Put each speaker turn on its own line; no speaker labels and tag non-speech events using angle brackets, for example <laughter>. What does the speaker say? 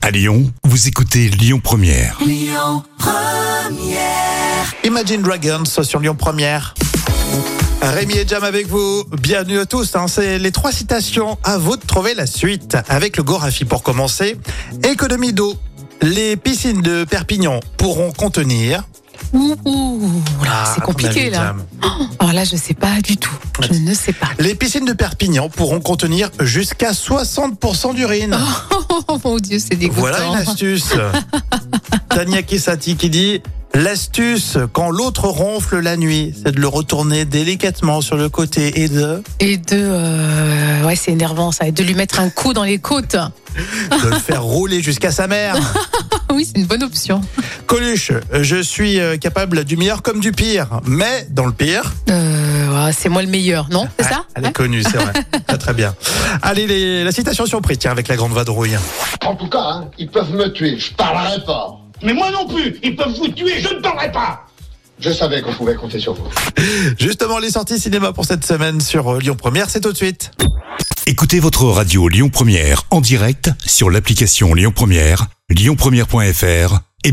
À Lyon, vous écoutez Lyon Première.
Imagine Dragons sur Lyon Première. Rémi et Jam avec vous. Bienvenue à tous. hein. C'est les trois citations. À vous de trouver la suite. Avec le Gorafi pour commencer. Économie d'eau. Les piscines de Perpignan pourront contenir.
Ouh, ouh, là,
Ah, à
c'est
ton
compliqué
avis,
là.
Jam.
Alors là, je sais pas du tout. Je ne sais pas.
Les piscines de Perpignan pourront contenir jusqu'à 60% d'urine.
<laughs> Oh mon dieu, c'est dégoûtant.
Voilà
<laughs>
une astuce. Tania Kessati qui dit L'astuce, quand l'autre ronfle la nuit, c'est de le retourner délicatement sur le côté et de,
Et de, euh, ouais, c'est énervant ça. Et de lui mettre un coup dans les côtes. <laughs> Ah
de le faire rouler jusqu'à sa mère.
Oui, c'est une bonne option.
Coluche, je suis euh, capable du meilleur comme du pire, mais dans le pire.
Euh, ouais, c'est moi le meilleur, non C'est
Ouais,
ça
Elle est connue, c'est
<laughs>
vrai. Très, très bien. Allez, les- la citation surprise, tiens, avec la grande vadrouille.
En tout cas, hein, ils peuvent me tuer, je parlerai pas.
Mais moi non plus, ils peuvent vous tuer, je ne parlerai pas
Je savais qu'on pouvait compter sur vous.
Justement, les sorties cinéma pour cette semaine sur euh, Lyon Première, c'est tout de suite.
Écoutez votre radio Lyon Première en direct sur l'application Lyon Première, lyonpremière.fr et